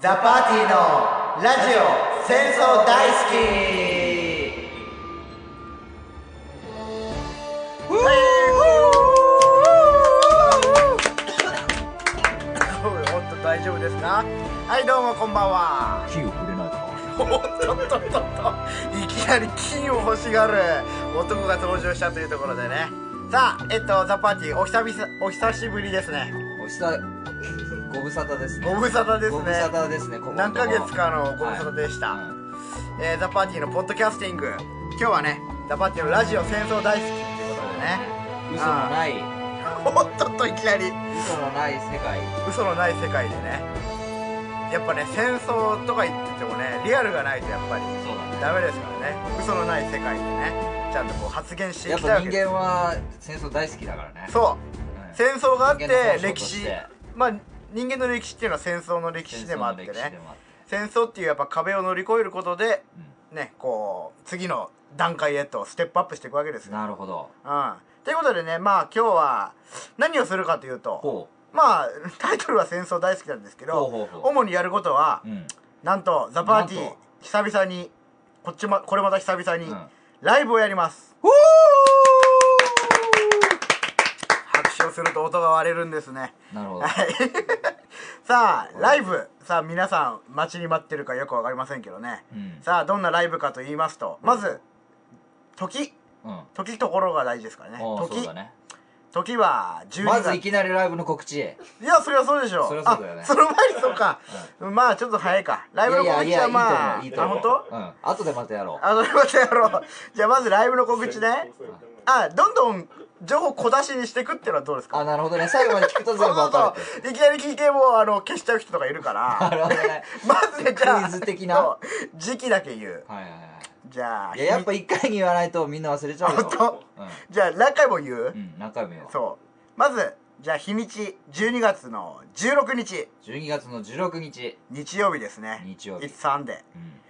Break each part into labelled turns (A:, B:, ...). A: ザ・パーティーのラジオ戦争大好きおいおっと大丈夫ですかはいどうもこんばんは
B: 木を触れないか
A: おっとっとっとっといきなり金を欲しがる男が登場したというところでねさあえっとザ・パーティーお久々お久しぶりですね
C: おしたご無沙汰ですね
A: ご無沙汰ですね
C: ご無沙汰ですねここの
A: 何
C: とこ
A: ヶ月かのご無沙汰でした、
C: はい
A: えーザ・パーティーのポッドキャスティング今日はねザ・パーティーのラジオ戦争大好きっていうことでね
C: 嘘のない
A: おっとっといきなり
C: 嘘のない世界
A: 嘘のない世界でねやっぱね戦争とか言っててもねリアルがないとやっぱり
C: そう
A: ダ
C: だ
A: メですからね嘘のない世界でねちゃんとこう発言してい
C: やっ
A: きたい
C: ぱ
A: わけ
C: 人
A: です
C: 間は戦争大好きだからね
A: そう
C: はい
A: 戦争があって
C: 人間の本性と
A: 歴
C: し
A: 史
C: て
A: まあ人間の歴史っていうのは戦争の歴史でもあって
C: 戦争の歴史
A: ね
C: でもあって
A: 戦争っていうやっぱ壁を乗り越えることで、ねこう次の段階へとステップアップしていくわけですよ。
C: なるほど
A: うん、ということでねまあ今日は何をするかというと
C: ほ
A: まあ タイトルは戦争大好きなんですけど
C: ほうほうほう
A: 主にやることは、
C: ううん
A: なんと「ザ・パーティ
C: なん
A: ー
C: と
A: 久々にこっちもこれまた久々に、
C: うん
A: ライブをやります。拍手をすると音が割れるんですね。
C: なるほど
A: はい。さあ、ライブ。さあ、皆さん、待ちに待ってるかよくわかりませんけどね。
C: うん
A: さあ、どんなライブかと言いますと、まず、時。
C: うん
A: 時ところが大事ですからね。
C: おうそう
A: 時。
C: だね
A: 時は12月。
C: まずいきなりライブの告知
A: いや、それはそうでしょ
C: そりゃそうだよね
A: あその前にそうか。まあ、ちょっと早いか。ライブの告知はまあ、
C: いやいやいやいいと思ういいと
A: あ、
C: 思
A: 本
C: ううん後でまたやろ
A: 当あ、それまたやろう。 じゃあ、まずライブの告知ね。あ、どんどん情報小出しにしていくっていうのはどうです
C: う
A: か
C: あなるほどね最後まで聞くと全部分かるって
A: そうそういきなり聞いてもうあの消しちゃう人とかいるか
C: なる
A: ら
C: ほどね
A: まずねじゃあ
C: クイズ的な
A: そう時期だけ言う
C: はいはいは
A: じゃあ
C: いいややっぱ一回に言わないとみんな忘れちゃうよ
A: 本当
C: うん
A: じゃあ何回も言う、
C: うん、中身は。
A: そうまずじゃあ日にち12月の16日
C: 12月の16日。
A: 日曜日ですね
C: 日曜日
A: It's Sunday
C: うん。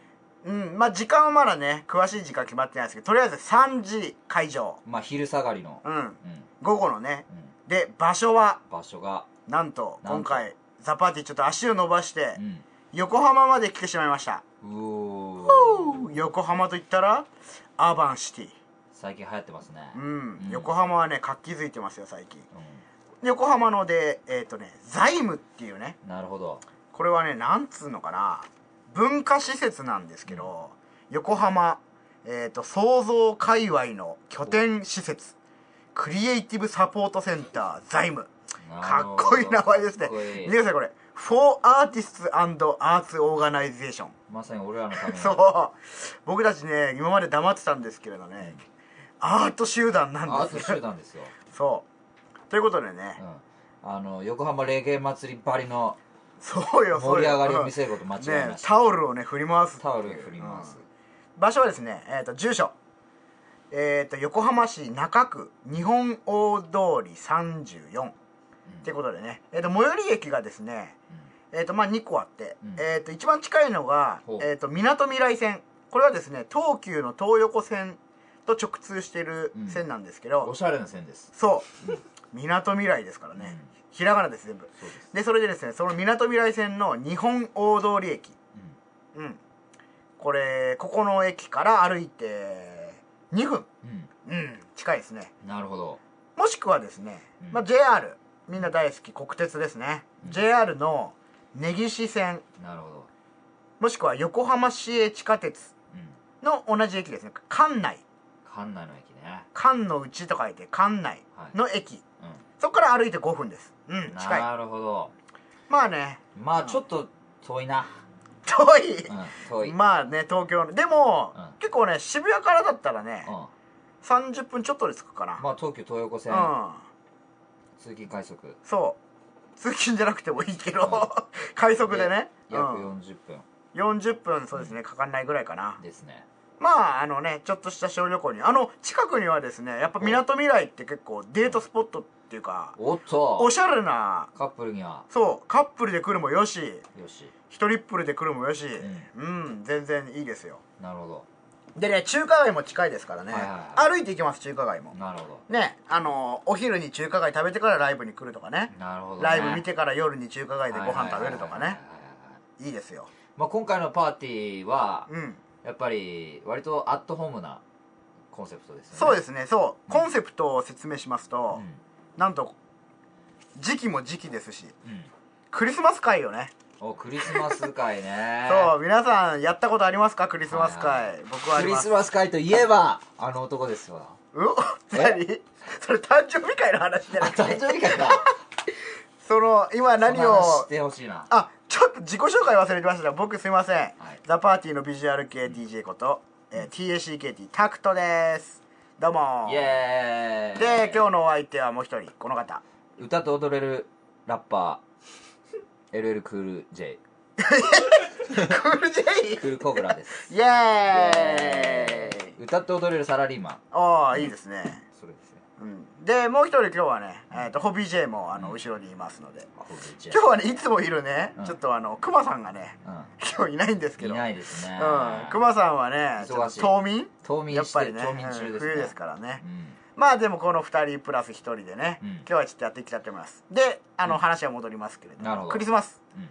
A: うんまあ時間はまだね詳しい時間決まってないですけどとりあえず3時会場
C: まあ、昼下がりの。
A: う
C: うんん。
A: 午後のね
C: うん。
A: で場所は
C: 場所が。
A: なんと
C: なんと
A: 今回ザ・パーティーちょっと足を伸ばして
C: うん。
A: 横浜まで来てしまいました
C: うおー
A: 横浜といったらアーバンシティ
C: 最近流行ってますね。
A: う
C: うんん。、
A: 横浜はね活気づいてますよ最近横浜のでえっ、とねザイムっていうね
C: なるほど。
A: これはねなんつうのかな文化施設なんですけど、横浜えっ、と創造界隈の拠点施設クリエイティブサポートセンターザイム
C: なる
A: か
C: ほ
A: っ
C: ど
A: こいい名前ですね
C: かっこいい
A: 見てくださいこれ For Artists and Arts Organization
C: まさに俺らのために。
A: そ。う僕たちね今まで黙ってたんですけれどね、アート集団なん
C: アー
A: で
C: ト
A: す
C: 集
A: よ
C: 団ですよ。
A: そうということで
C: う
A: ね、
C: ん。あの、横浜レゲエ祭りばりの
A: そうよそうよ
C: 盛り上がりを見せること間違い
A: ね
C: なし。
A: タオルをね振り回す
C: タオル振ります。
A: 場所はですね、えー、と住所えー、と横浜市中区日本大通り34、ってことでね、えー、と最寄り駅がですね、えーとまあ、2個あって、
C: うん
A: えー、と一番近いのが
C: ほう
A: えーとみなとみらい線これはですね東急の東横線と直通してる線なんですけど、
C: おしゃれな線です。
A: そうみなとみらいですからね、ひらがなです全部
C: そうです。
A: でそれでですねそのみなとみらい線の日本大通り駅うんこれここの駅から歩いて2分
C: うん。うん。
A: うん近いですね
C: なるほど。
A: もしくはですね、
C: うん
A: まあ、JR みんな大好き国鉄ですね、
C: うん
A: JR の根岸線
C: なるほど。
A: もしくは横浜市営地下鉄
C: うん。
A: の同じ駅ですね関内
C: 館内の駅ね。
A: 関の内と書いて関内の駅、
C: うん。
A: そこから歩いて5分ですうん近い
C: なるほど
A: まあね
C: まあちょっと遠いな、
A: 遠い、
C: うん、遠い、
A: まあね東京のでも、
C: うん
A: 結構ね渋谷からだったらね
C: うん、、
A: 30分ちょっとで着くかな、
C: まあ東急東横線、
A: うん
C: 通勤快速
A: そう通勤じゃなくてもいいけど、快速でね
C: 約
A: うん
C: 40分
A: 40分そうですねかかんないぐらいかな
C: ですね、
A: まああのねちょっとした小旅行にあの近くにはですねやっぱみなとみらいって結構デートスポットっていうか
C: おっと
A: おしゃれな
C: カップルには
A: そうカップルで来るもよし
C: よし
A: 一人っぷりで来るもよしうん、全然いいですよ
C: なるほ
A: でね中華街も近いですからね、
C: はいはい
A: 歩いていきます中華街も
C: どなるほ
A: ねあのお昼に中華街食べてからライブに来るとかね
C: どなるほど、ね、
A: ライブ見てから夜に中華街でご飯食べるとか
C: は
A: ね
C: いはいはいはいはい
A: いいですよ
C: まあ、今回のパーティーは
A: うん
C: やっぱり割とアットホームなコンセプトですよね、
A: そうですすねそうコンセプトを説明しますと、
C: う
A: なんと時期も時期ですし
C: んうん、
A: クリスマス会よね、
C: おクリスマス会ね
A: そう皆さんやったことありますかクリスマス会、
C: はい
A: 僕はあ
C: ク
A: り
C: リ
A: ま
C: ス
A: す
C: マス会といえばあの男ですよ
A: うお何 それ誕生日会の話じゃ
C: あ
A: なく
C: 誕
A: て
C: 生日会か
A: その今 何
C: その話
A: を
C: してほしいな
A: あちょっと自己紹介忘れてました僕すいません、
C: はい
A: ザ・パーティーのビジュアル系 DJ こと、えー TACKT タクトですどうも
C: イエーイ
A: で今日のお相手はもう一人この方
C: 歌と踊れるラッパー LL クール J
A: クールジェイ
C: クールコブラです
A: イエーイ
C: 歌って踊れるサラリーマン
A: ああいいですね、
C: それですね
A: うん、でもう一人今日はね、えー、とホビー J もあの後ろにいますので
C: アホで J
A: 今日はねいつもいるね、
C: うん
A: ちょっとあのクマさんがね今日いないんです
C: う
A: け
C: ん、い
A: ど
C: ないですね
A: うん、クマさんはねちょ
C: 忙
A: っ
C: しい
A: と冬眠
C: 冬眠
A: やっ
C: し
A: ぱ
C: て
A: りね
C: 冬眠中
A: うん
C: ですね
A: 冬ですからね
C: う、ん
A: まあでもこの2人プラス1人でね、
C: うん
A: 今日はちょっとやっていきたいと思いますであの、話は戻りますけれど
C: なるほど
A: クリスマス
C: うん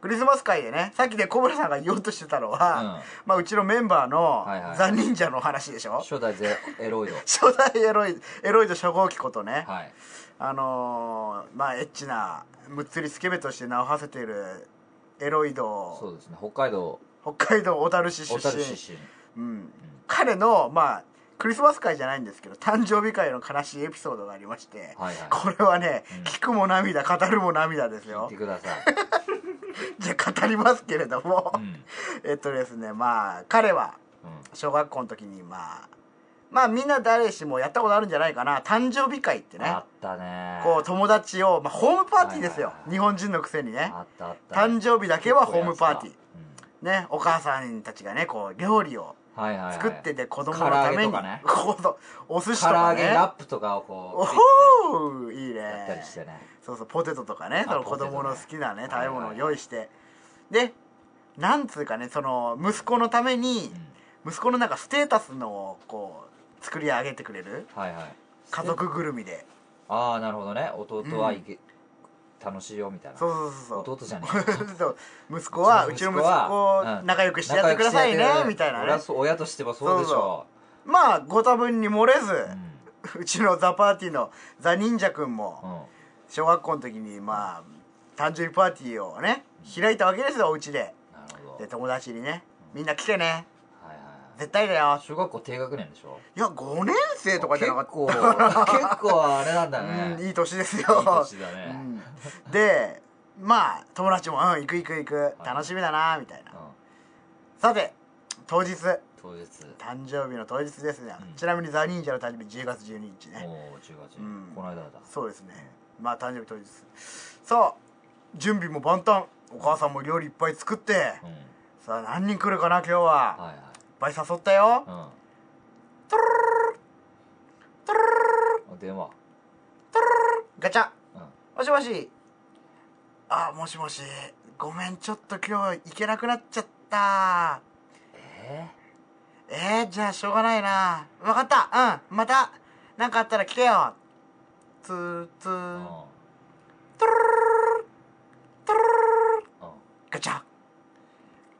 A: クリスマス会でねさっきで小村さんが言おうとしてたのは、う
C: うん
A: まあ、うちのメンバーの
C: はいはい
A: ザ・忍者の話でしょ、
C: 初代ゼエロイド
A: 初代エロイエロイド初号機ことね、
C: はい
A: あのーまあエッチなむっつりスケベとして名を馳せているエロイ
C: そ
A: ド
C: うですね北海道
A: 北海道小樽市出
C: 小樽
A: 身
C: 出身
A: うん、彼のまあクリスマス会じゃないんですけど誕生日会の悲しいエピソードがありまして、
C: はいはい
A: これはね、
C: うん
A: 聞くも涙語るも涙です
C: 聞い
A: よ
C: てください、
A: じゃあ語りますけれども、
C: うん
A: えっとですねまあ彼は
C: うん
A: 小学校の時にまあまあみんな誰しもやったことあるんじゃないかな誕生日会ってね
C: あったね
A: こう友達を、まあ、ホームパーティーですよ、
C: はいはいはい
A: 日本人のくせにね
C: あったあった
A: 誕生日だけはホームパーティ
C: 結構やって
A: ーねお母さんたちがねこう料理を
C: たうんはいはいはい
A: 作ってて子供のため
C: 唐
A: に、
C: 揚げとかね
A: こうそうお寿司と
C: 唐揚
A: か
C: げ
A: ね
C: ラップとかを
A: お
C: こ
A: ほーいいう
C: やったりして
A: ね
C: ね
A: そうそうポテトとかね
C: あ
A: その
C: ポ
A: 子
C: テトね
A: 供の好きなね
C: はい
A: 食
C: はい
A: べ物を用意してでなんつうかねその息子のために
C: うん
A: 息子のなんかステータスのをこう作り上げてくれる
C: はいはい
A: 家族ぐるみで
C: ああなるほどね弟はいけ楽しいよみたいな
A: そうそうそうそう
C: 弟じゃね
A: そう息子はう
C: う
A: ち
C: ち
A: の
C: の
A: 息
C: 息
A: 子
C: 子は
A: を
C: うん
A: 仲良くしてやってくださいね
C: 仲良くしてやって
A: みたいな
C: 俺は
A: ね
C: そう親としてはそうでしょ
A: まあご多分に漏れ
C: う
A: ず
C: ん
A: うちのザ・パーティーのザ・忍者くん
C: う
A: も
C: ん
A: 小学校の時にまあ誕生日パーティーをね開いたわけですよお家で
C: なるほど
A: で友達にねみんな来てね
C: はいはいはい
A: 絶対だよ
C: 小学校低学年でしょ
A: いや5年生とかじゃなかっ
C: 結構結構あれなんだ
A: た
C: ね
A: うんいい年ですよ
C: いい年だね
A: うんでまあ友達も「うん行く行く行く楽しみだな」みたいな
C: うん
A: さて当日
C: 当日
A: 誕生日の当日ですね、
C: うん
A: ちなみにザ・忍者の誕生日10月12日
C: お
A: ね
C: お中学
A: うん
C: 生この間だ
A: そうですねまあ誕生日当日さあ準備も万端お母さんも料理いっぱい作って
C: うん
A: さあ何人来るかな今日は、い、っ
C: はい
A: ぱい誘ったよ
C: はい
A: トゥルルルルトゥルルルル
C: うん電話
A: ガチャ
C: うん
A: もしもしあもしもしごめんちょっと今日行けなくなっちゃった
C: え
A: えー、じゃあしょうがないな分かったうんまた何かあったら来てよツーツ
C: ーうん
A: ートゥルルルルトゥルルルル
C: うん
A: ガチャ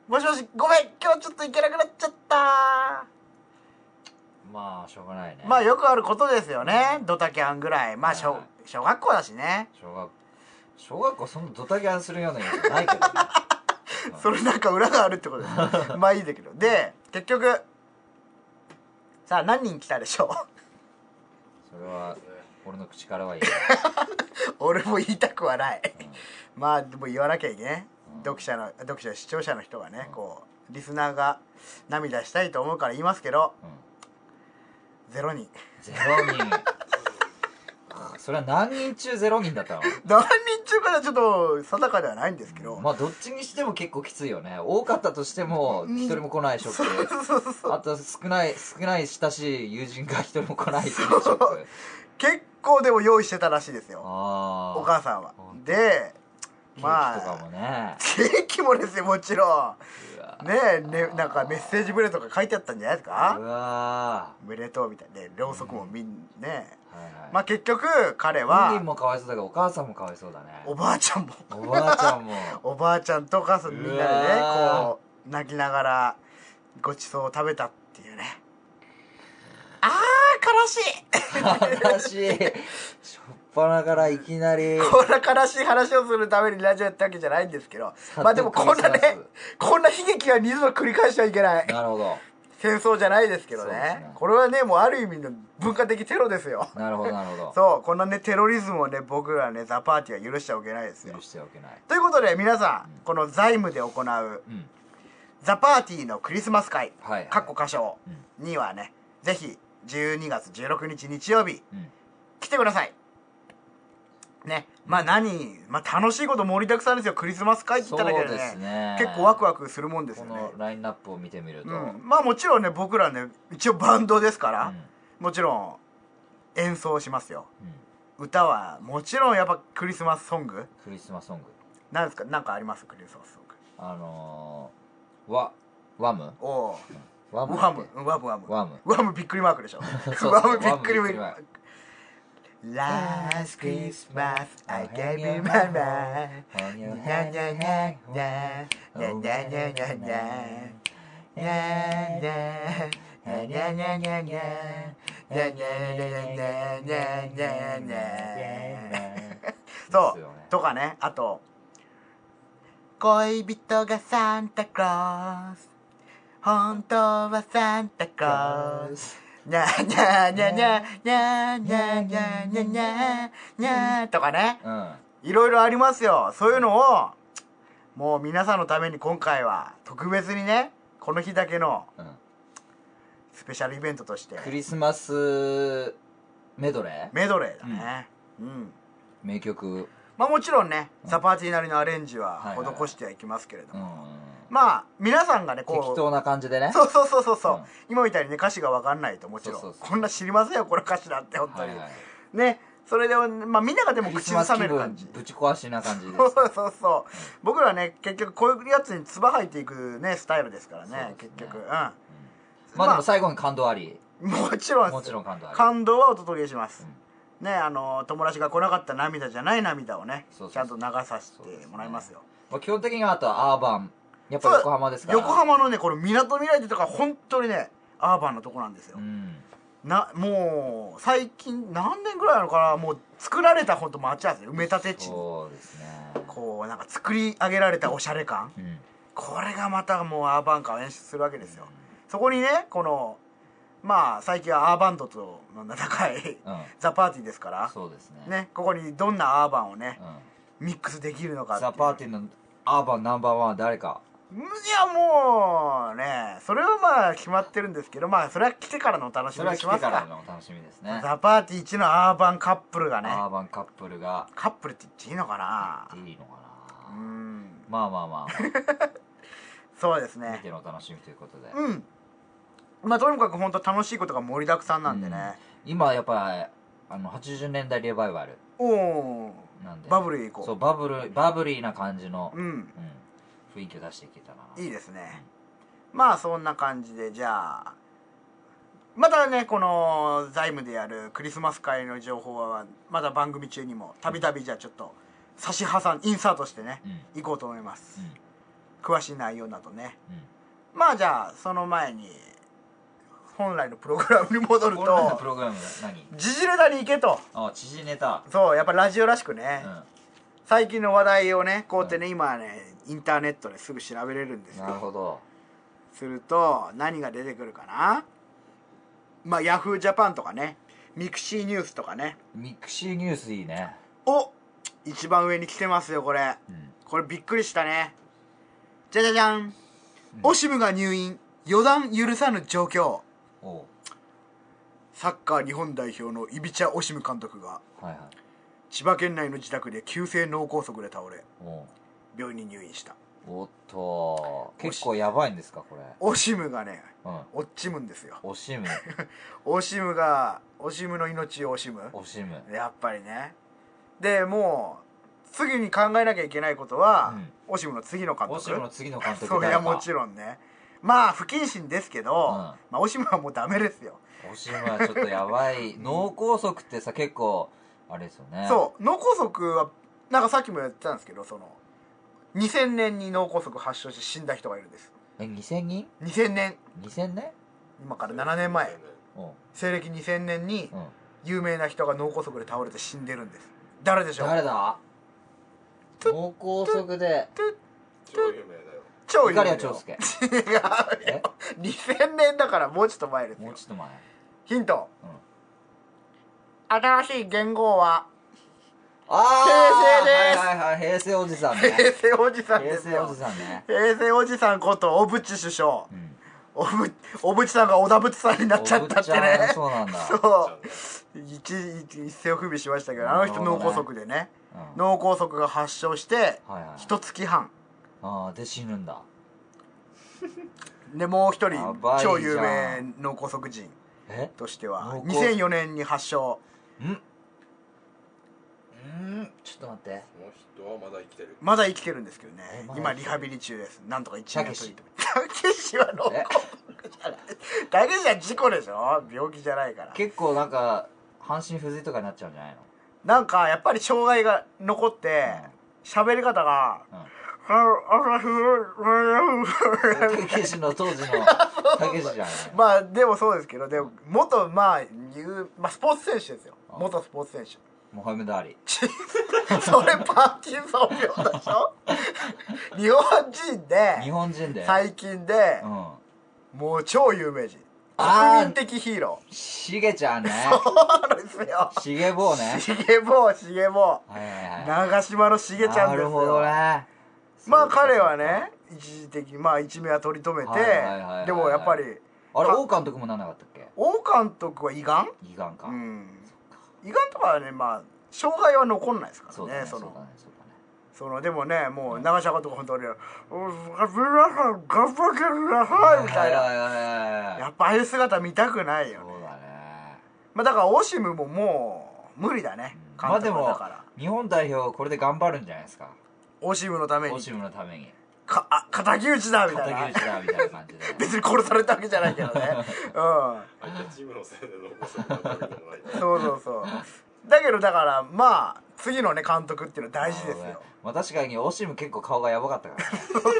A: もしもしごめん今日ちょっと行けなくなっちゃった
C: まあしょうがないね
A: まあよくあることですよねドタキャンぐらいまあ
C: はい
A: 小
C: はい
A: 小学校だしね
C: 小学小学校そんなドタキャンするようなやつないけ どね
A: それなんか裏があるってことですまあいいんだけどで結局さあ何人来たでしょ
C: それは俺の口からはいいう
A: 俺も言いたくはないまあでも言わなきゃいけない読者の読者視聴者の人がね
C: うん
A: こうリスナーが涙したいと思うから言いますけど
C: うん
A: ゼロ人
C: ゼロ人あそれは何人中ゼロ人だったの
A: 何人中かはちょっと定かではないんですけど、
C: まあどっちにしても結構きついよね多かったとしても
A: うん
C: 一人も来ないショ
A: そう
C: ック
A: そうそうそう
C: あと少ない少ない親しい友人が一人も来ないっていうショック
A: 結構でも用意してたらしいですよ
C: ああ
A: お母さんは
C: ほん
A: で
C: ケ
A: ま
C: ー
A: あ
C: キとかもね
A: ケーキもですよもちろ
C: うわ
A: んねえねなんかメッセージブレとか書いてあったんじゃないです
C: う
A: か
C: わ
A: 「おめでとう」みたいなねろうそくもみんね
C: ーはいはい
A: まあ結局彼
C: 本人
A: は
C: もかわいそうだけどお母さんもかわいそうだね
A: おばあちゃんも
C: おばあちゃんも
A: おばあちゃんとお母さんみんなでね
C: うわ
A: こう泣きながらごちそうを食べたっていうねあー悲しい
C: 悲しいしょっぱなからいきな り
A: こんな悲しい話をするためにラジオやったわけじゃないんですけどまあでもこんなね
C: サッと悲し
A: こんな悲劇は二度と繰り返してはいけない
C: なるほど
A: 戦争じゃないですけどね
C: そうですね
A: これはねもうある意味の文化的テロですよ
C: なるほどなるほ
A: そうこんなねテロリズムをね僕らねザ・パーティーは許しちゃいけないです
C: ど
A: よ
C: 許してはいけない
A: ということで皆さんこの財務で行う
C: うん
A: ザ・パーティーのクリスマス会
C: はいはい
A: かっこ歌唱にはねぜひ12月16日日曜日
C: うん
A: 来てくださいねまあ何、まあ、楽しいこと盛りだくさんですよクリスマス会って言っただけ
C: そう
A: で
C: です
A: ね
C: ね
A: 結構ワクワクするもんです
C: こ
A: よね
C: のラインナップを見てみると、
A: うん、まあもちろんね僕らね一応バンドですから、
C: うん
A: もちろん演奏しますよ
C: うん
A: 歌はもちろんやっぱクリスマスソング
C: クリスマスソング
A: なんですかなんかありますクリスマスソング
C: あのー、ワワム
A: おお
C: ワムだ
A: ワ
C: っけ
A: ムうんワムワム
C: ワム
A: ワムびっくりマークでしょ
C: そう
A: ワムびっくり
C: ワムびっくりマーク
A: Last Christmas I gave you my mind
C: On
A: Na,
C: your hand,
A: na, na, na, na, na, na, na, na. Na, na, na, na, na, na, na. Na, na, na, na, na, na, na.
C: です
A: そ
C: よね
A: うとかねあと「恋人がサンタクロース本当はサンタクロース」にゃーにゃーにゃーにゃーにゃーにゃーにゃーにゃーにゃーにゃーとかね
C: うん
A: いろいろありますよそういうのをもう皆さんのために今回は特別にねこの日だけの
C: うん
A: スペシャルイベントとして
C: クリスマスメドレー
A: メドレーだねうん
C: 名曲
A: まあもちろんねサパーティーなりのアレンジは
C: は
A: い
C: はいはい
A: 施してはいきますけれど
C: う
A: も
C: ん
A: まあ皆さんがねこう
C: 適当な感じでね
A: そうそうそうそうそう、
C: うん
A: 今みたいにね歌詞が分かんないともちろん
C: そうそうそう
A: こんな知りませんよこれ歌詞なんて本当に、
C: はいはい
A: ねそれで、まあ、みんながでも
C: クリ
A: 口
C: ス
A: ず
C: マス
A: さめ
C: 気
A: る感
C: 分
A: じ
C: ぶち壊しな感じです
A: そうそうそう僕らね結局こういうやつに唾吐いていくねスタイルですからね
C: そうですね
A: 結局うん
C: まあでも最後に感動あり
A: もちろん
C: もちろん感動ある
A: 感動はお届けします、ねあの友達が来なかった涙じゃない涙をね
C: そうそうそう
A: ちゃんと流させてもらいますよ
C: まあ基本的にはあとはアーバンやっ
A: そう
C: ぱ横浜ですから
A: 横浜のねこのみなとみらいってとか本当にねアーバンのとこなんですよ、
C: うん
A: なもう最近何年ぐらいなのかなもう作られた本当町なんですよ埋め立て地に
C: そうですね
A: こうなんか作り上げられたおしゃれ感
C: うん
A: これがまたもうアーバン感を演出するわけですよそこにねこのまあ最近はアーバンドとの戦い
C: うん
A: ザ・パーティーですから
C: そうですね
A: ねここにどんなアーバンをね
C: うん
A: ミックスできるのかってい
C: ザ・
A: う
C: パーティーのアーバンナンバーワンは誰か
A: いやもうねそれはまあ決まってるんですけどまあそれは来てからのお楽し
C: そ
A: み
C: れは
A: に
C: 来
A: しま
C: て
A: すか
C: から
A: ら
C: のお楽しみですね
A: ザ・パーティー1のアーバンカップルがね
C: アーバンカップルが
A: カップルって言っていいのかない
C: いのか
A: う
C: な
A: ーん
C: まあまあま
A: そうです
C: あ見
A: ね
C: てのお楽しみということで
A: うんまあとにかく本当楽しいことが盛りだくさんなんでね、
C: 今やっぱあの80年代リバイバル
A: おお
C: なんで
A: バブル行こう
C: そうバブルバブリーな感じの
A: うん
C: うん雰囲気を出していけたない
A: いですねまあそんな感じでじゃあまたねこの財務でやるクリスマス会の情報はまだ番組中にもたびたびじゃあちょっと差し挟んインサートしてね
C: うんうん
A: 行こうと思います、
C: うん
A: 詳しい内容などねまあじゃあその前に本来のプログラムに戻る
C: このプ
A: と
C: ログラム何
A: 時事ネタに行けと
C: あ知事ネタ
A: そうやっぱラジオらしくね、
C: う
A: 最近の話題をねこうやってね、今ねインターネットですぐ調べれるんです
C: んなる
A: よ
C: ほど
A: すると何が出てくるかなまあヤフージャパンとかねミクシーニュースとかね
C: ミクシーニュースいいね
A: お一番上に来てますよこれ
C: うん
A: これびっくりしたねじゃじゃじゃん、オシムが入院予断許さぬ状況
C: おう
A: サッカー日本代表のイビチャ・オシム監督が
C: はいはい
A: 千葉県内の自宅で急性脳梗塞で倒れ
C: おう
A: 病院に入院した
C: おっと結構やばいんですかこれ
A: オシムがね
C: うん
A: おっちむんですよ
C: 惜 しむ
A: オシムがオシムの命をオシム
C: 惜しむ
A: やっぱりねでもう次に考えなきゃいけないことは、オシムの次の監
C: オ
A: 督
C: シムの次の監督
A: そり
C: 誰
A: ゃ
C: か
A: もちろんねまあ不謹慎ですけど、
C: うん
A: まあ、オシムはもうダメですよ、
C: オシムはちょっとやばい脳梗塞ってさ結構あれですよね
A: そう脳梗塞はなんかさっきも言ってたんですけどその2000年に脳梗塞発症して死んだ人がいるんです
C: え2000人
A: 2000年
C: ?2000 年
A: 今から7年前
C: うんうん
A: 西暦2000年に有名な人が脳梗塞で倒れて死んでるんです誰でしょう
C: 誰だ
A: ちょ
C: 脳梗塞で
B: 超有名だよ
A: 超有名
C: 怒りは
A: よ
C: 長介
A: 違う
C: え
A: 2000年だからもうちょっと前です
C: も
A: よ
C: うちょっと前
A: ヒント、
C: うん
A: 新しい元号は
C: あ
A: 平成です
C: ーはいはいはい平成おじさんね
A: 平成おじさんで
C: 平
A: す
C: 成お
A: よ
C: じさんね
A: 平成おじさんこと小渕首相
C: うん
A: 小渕小渕さんが小田渕さんになっちゃったって
C: おぶちゃん
A: ね
C: そうなんだ
A: そう一一一世を不備しましたけどあの人
C: なる
A: 脳
C: ほどね
A: 梗塞でね
C: うん
A: 脳梗塞が発症して
C: はいはい
A: 一月半
C: ああで死ぬんだ
A: でもう一
C: や
A: 人
C: ばいじゃん
A: 超有名脳梗塞人
C: え
A: としては
C: 脳梗塞
A: 2004年に発症
C: んうんちょっと待って
B: この人はまだ生きてる
A: まだ生きてるんですけどね
C: えまだ生きてる
A: 今リハビリ中ですなんとか一
C: た
A: 年
C: け
A: とり
C: し
A: たけしは脳梗
C: え
A: 塞だけじゃ事故でしょ病気じゃないから
C: 結構なんか半身不随とかになっちゃうんじ ゃないの
A: なんかやっぱり障害が残って喋り方が
C: うん
A: 「あああああ
C: たけしの当 時のたけしじゃない
A: まあでもそうですけどでも元まあ有まあスポーツ選手ですよ
C: あ
A: 元スポーツ選手
C: モハメド・ア リ
A: それパーキンソン病でしょ日本人
C: 日
A: で
C: 本人で
A: 最近で
C: うん
A: もう超有名人
C: あー
A: 国民的ヒーロ
C: しげちゃんね
A: ーそうなんですよ
C: しげ坊ね
A: しげぼうしげぼ
C: はい
A: う
C: はいはい
A: 長島のしげちゃんで
C: な
A: す
C: る
A: よ
C: ほどね
A: まあ彼は
C: そうか
A: ね一時的にまあ一命は取り留めて
C: はいはいはいはい
A: でもやっぱり
C: そうかあれ王監督もなんなかったっけ
A: 王監督は胃がん
C: 義眼か
A: うん胃がんとかはねまあ障害は残んないですか
C: そうだ
A: ら
C: ね
A: ね
C: そ
A: そう
C: だね
A: の
C: そうだ
A: そのでもねもう長島監督本当に「お皆さん頑張ってください」
C: ね
A: みたい
C: は
A: な
C: ははいはい
A: やっぱああいう姿見たくないよ
C: そ
A: ね
C: うだね
A: まあだからオシムももう無理だね
C: うんまあ
A: 監
C: で
A: 督
C: も
A: だから
C: 日本代表はこれで頑張るんじゃないですか
A: オシムのため
C: オ
A: に
C: シムのために
A: かあ敵討ちだみたい
C: 敵
A: な
C: 討ちだみたいな感じで
A: 別に殺されたわけじゃないけど ねうん
B: 相手チームのせいで残すことはない
A: そうそうそうだけどだからまあ次のね監督っていうのは大事です
C: なるほ
A: よ
C: どねまあ確かにオシム結構顔がやばかったからね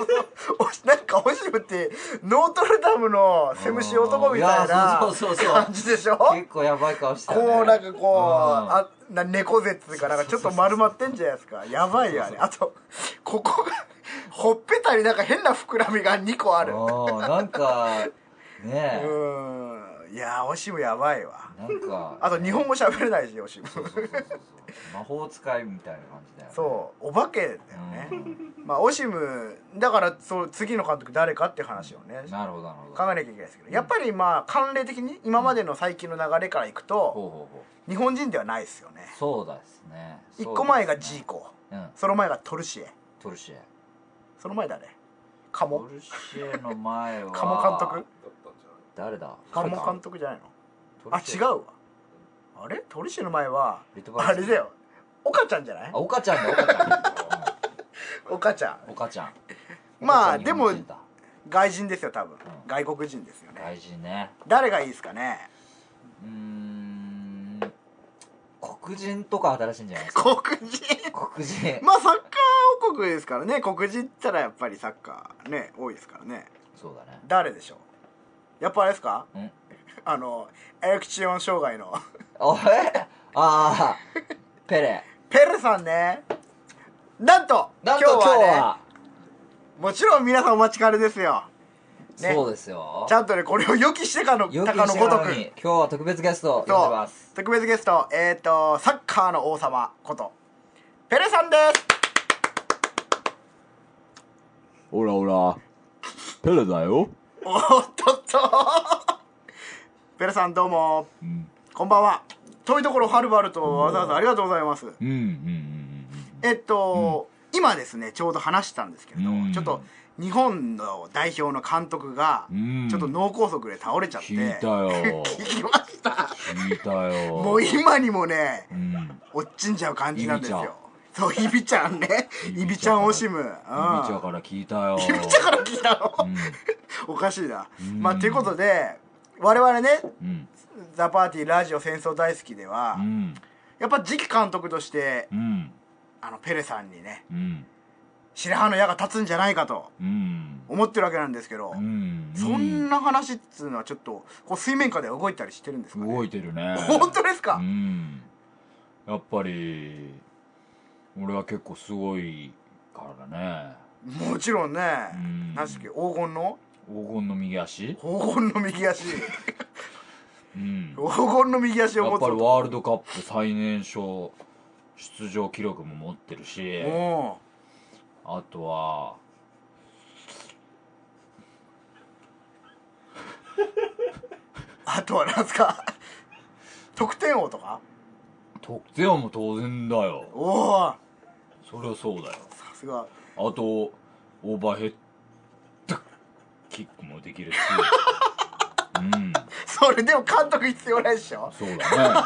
A: おしなんかオシムってノートルダムのセムシ男みたいな
C: うんいやそうそうそうそう
A: 感じでしょ
C: 結構やばい顔してたね
A: こうなんかこう、
C: うん
A: あな猫舌っていうかなんかちょっと丸まってんじゃないですかやばいよあれあとここが ほっぺたになんか変な膨らみが2個ある
C: うんなんかねえ
A: うんいやオシムやばいわ
C: なんか
A: あと日本語喋れないしオシム
C: そうそうそうそうそう魔法使いみたいな感じだよね
A: そうお化けだよね、まあオシムだからそう次の監督誰かって話をね
C: うんなるほどなるほ
A: 考
C: ど
A: えなきゃいけないですけどやっぱりまあ慣例的に今までの最近の流れからいくと
C: ほうほうほう
A: 日本人ではないですよね
C: そうだですね
A: 一個前が
C: そう
A: ジー
C: ですね
A: コ
C: うん
A: その前がトルシエ
C: トルシエ
A: その前誰カ
C: ト
A: モ
C: ルシエの前は
A: カモ監督
B: だったんじゃない
C: 誰だ
A: カモ監
C: 督
A: 督じゃないのあ違うわあれトルシエの前は
C: リトバ
A: あ
C: ル
A: れだよ岡ちゃんじゃない
C: あ岡ちゃんだ岡
A: 岡ち
C: ちゃ
A: ゃん
C: ん岡ちゃん
A: まあ
C: 岡ちゃん日本人だ
A: 外人ですよ多分
C: ん
A: 外国人ですよね
C: 大事ね
A: 誰がいいですかね
C: うーん黒人とか新しいんじゃないですか
A: 黒人
C: 黒人
A: まあサッカー王国ですからね黒人って言ったらやっぱりサッカーね多いですからね
C: そうだね
A: 誰でしょうやっぱあれですか
C: ん
A: あのエレクチオン障害の
C: おえああペレ
A: ペレさんねなんと
C: なんと今日
A: ね
C: は
A: もちろん皆さんお待ちかねですよね
C: そうですよ
A: ちゃんとねこれを予期してかの
C: よ
A: たかのごとく
C: に今日は特別ゲストを呼んで
A: そ
C: ま
A: う
C: す
A: 特別ゲストえっ、とサッカーの王様ことペレさんです
D: オラオラ、ペレだよ。
A: おっと っとペレさんどうも
D: うん、
A: こんばんは。遠いところはるばるとわざわざありがとうございます。
D: うん、うん、
A: えっと、今ですね、ちょうど話したんですけれど、
D: うん
A: ちょっと日本の代表の監督が
D: う、ん、うん。
A: ちょっと脳梗塞で倒れちゃって、
D: 聞いたよ。
A: 聞きました。
D: 聞いたよ。
A: もう今にもね、
D: うん、
A: 落ちんじゃう感じなんです
D: いいじ
A: よ。そういびちゃんねいびちゃん惜しむうんい
C: みちゃから聞いたよ。
A: びちゃから聞いたの
C: うん
A: おかしいな
C: うん
A: まあということで我々ね
C: うん
A: 「ザ・パーティーラジオ戦争大好き」では
C: うん
A: やっぱ次期監督として
C: うん
A: あのペレさんにね
C: うん
A: 白羽の矢が立つんじゃないかと
C: うん
A: 思ってるわけなんですけど
C: うん
A: そんな話っつうのはちょっとこう水面下では動いたりしてるんですかね
C: 動いてるね。
A: 本当ですか
C: うんやっぱり俺は結構すごいからね
A: もちろんね
C: うん
A: 何でしたっけ黄金の
C: 黄金の右足、
A: 黄金の右足
C: うん、
A: 黄金の右足
C: や
A: を持
C: っ
A: つ
C: ぱり
A: 男
C: ワールドカップ最年少出場記録も持ってるし
A: お
C: あとは
A: うあとは何すか 得点王とか
C: 得点王も当然だよ
A: おお
C: そりゃそうだよ
A: さすが
C: あとオーバーヘッドキックもでき るしうん
A: それでも監督必要ないでしょ
C: そうだね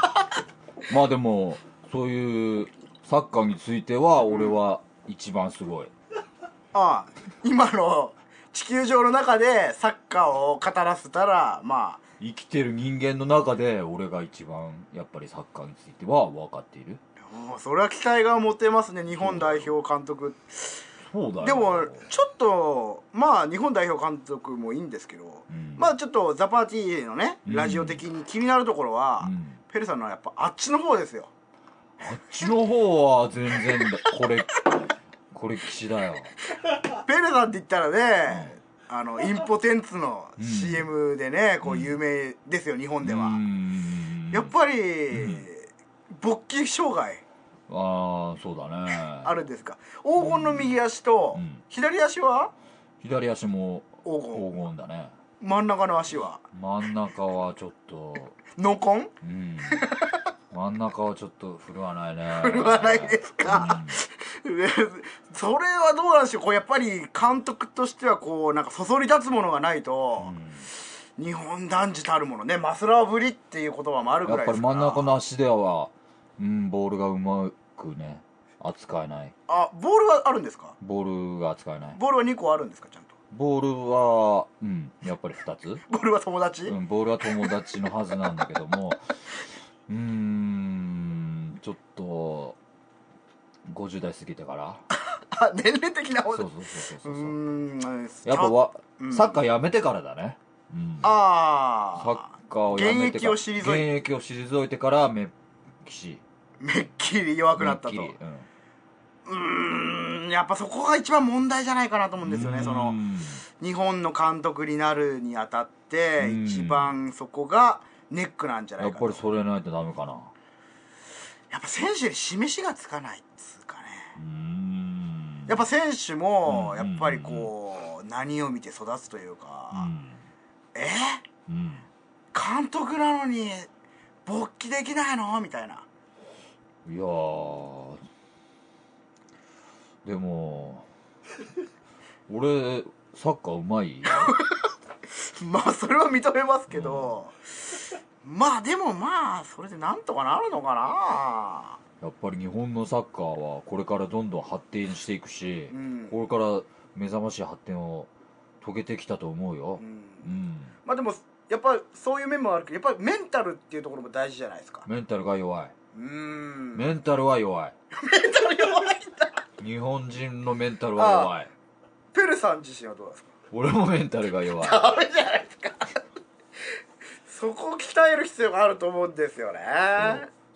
C: まあでもそういうサッカーについては俺は一番すごい、
A: ああ今の地球上の中でサッカーを語らせたらま
C: 生きてる人間の中で俺が一番やっぱりサッカーについては分かっている
A: あもうそれは期待が持てますね日本代表監督
C: そうだよ
A: でもちょっとまあ日本代表監督もいいんですけど、
C: うん
A: まあちょっとザ・パーティーのね
C: うん
A: ラジオ的に気になるところは、
C: うん
A: ペルさんのやっぱあっちの方ですよ
C: こっちの方は全然だこれこれ岸だよ
A: ペルさんって言ったらね、あのインポテンツの
C: うん
A: CM でね、こう有名ですよ日 本では、
C: うん
A: やっぱり、
C: ん
A: 勃起障害
C: ああそうだね
A: あるんですか黄金の右足と、
C: うん
A: 左足は
C: 左足も
A: 黄金
C: 黄金だね
A: 真ん中の足は
C: 真ん中はちょっと
A: ノコン
C: うん真ん中はちょっと振るわないね
A: 振るわないですか、それはどうなんでしょうこうやっぱり監督としてはこうなんかそそり立つものがないと
C: う、ん
A: 日本男児たるものねマスラーぶりっていう言葉もあるぐ
C: や
A: ら
C: っ
A: い
C: ぱ
A: で
C: り
A: すか
C: 真
A: ら
C: ん中の足では、うん、ボールがうまくね扱えない
A: あボールはあるんですか
C: ボールが扱えない
A: ボールは2個あるんですかちゃんと
C: ボールはうんやっぱり2つ、
A: ボールは友達、
C: うん、ボールは友達のはずなんだけどもうーんちょっと50代過ぎてから
A: あ年齢的な
C: そ
A: 方
C: う
A: で
C: そう
A: う
C: そうそう
A: ー
C: そう、
A: ん
C: やっぱわ、
A: うん
C: サッカーやめてからだね、うん、サ
A: ああ
C: ッカーをやめてから
A: 現役を退いて
C: 現役を退いてからめっきし
A: めっきり弱くなったと
C: めっきりう
A: うー
C: ん
A: んやっぱそこが一番問題じゃないかなと思うんですよねその
C: うん
A: 日本の監督になるにあたって
C: うん
A: 一番そこがネックなんじゃな
C: や
A: い
C: っ
A: か
C: ぱ
A: と
C: りそれないとダメかな
A: やっぱ選手に示しがつかないっつうかね
C: うーん
A: やっぱ選手も
C: うん
A: やっぱりこう何を見て育つというかえ
C: うん、うん、
A: 監督なのに勃起できないのみたいない
C: やーでも俺サッカーう まいよ
A: まあそれは認めますけどまあでもまあそれでなんとかなるのかな
C: やっぱり日本のサッカーはこれからどんどん発展していくし、
A: うん
C: これから目覚ましい発展を遂げてきたと思うよ
A: う、ん
C: うん、
A: まあでもやっぱそういう面もあるけどやっぱりメンタルっていうところも大事じゃないですか
C: メンタルが弱い
A: うん
C: メンタルは弱い
A: メンタル弱いんだ
C: 日本人のメンタルは弱い
A: ペルさん自身はどうなんですか
C: 俺もメンタルが弱い
A: ダメじゃないですかそこを鍛える必要があると思うんですよね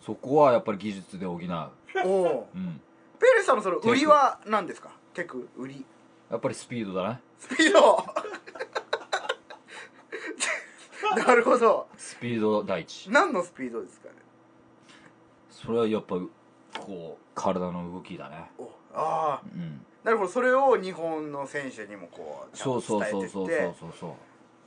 C: そこはやっぱり技術で補
A: お
C: う、
A: う
C: うん、
A: ペルさんのその売りは何ですかテク売り
C: やっぱりスピードだね
A: スピード なるほど
C: スピード第一
A: 何のスピードですかね
C: それはやっぱこう体の動きだね
A: おああ
C: うん
A: なるほどそれを日本の選手にもこうちゃん
C: そう
A: と
C: そう
A: 伝えて
C: そ
A: っ
C: う
A: て
C: そうそうそう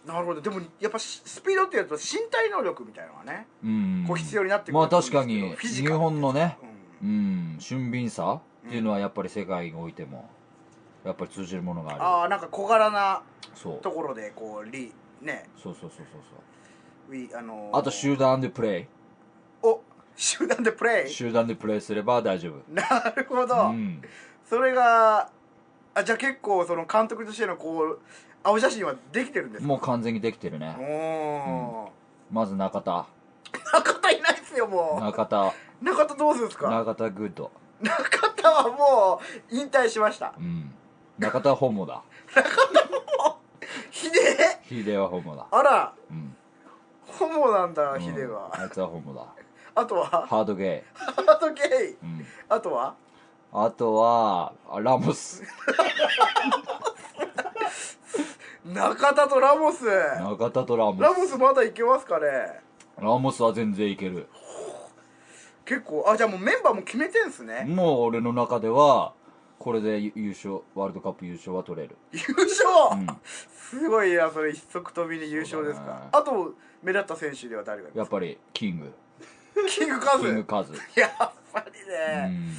C: そ
A: なるほどでもやっぱしスピードっていうと身体能力みたいなのはね、
C: ううん
A: こう必要になってくる
C: まあ確
A: と思
C: か
A: うんですけど
C: に
A: フィジ
C: 日
A: カル
C: 本のね
A: うん
C: うん俊敏さっていうのはやっぱり世界においてもやっぱり通じるものがある
A: ああなんか小柄な
C: そう
A: ところでこうリね
C: そうそうそうそうそ
A: ウ
C: う
A: ィあのー
C: あと集団でプレイ
A: お集団でプレイ
D: 集団でプレイすれば大丈夫
A: なるほど、
D: うん、
A: それがあじゃあ結構その監督としてのこう青写真はできてるんですか
D: もう完全にできてる
A: お
D: ね
A: お、
D: まず中田
A: 中田いないっすよも
D: 中田
A: う中田どうするんですか
D: 中田グッド、
A: 中田はもう引退しました
D: うん、中田ホモだ
A: ヒデ
D: ヒデはホモだ、
A: あら
D: うん、
A: ホモなんだ
D: うん
A: ヒデは、
D: あいつはホモだ
A: あとは
D: ハードゲ
A: ハートゲイ
D: イ、うん、
A: あとは
D: あとはあラモス
A: 中田とラモスラ
D: 中田とラモス
A: モスまだいけますかね
D: ラモスは全然いける
A: 結構あじゃあもうメンバーも決めてんすね
D: もう俺の中ではこれで優勝ワールドカップ優勝は取れる、
A: 優勝、
D: うん、
A: すごいなそれ一足飛びに優勝です
D: そうだね
A: かあと目立った選手では誰がいま
D: やっ
A: す
D: ぱりキング
A: かキングカズ
D: キングカズ、
A: やっぱり
D: う
A: ね、
D: ん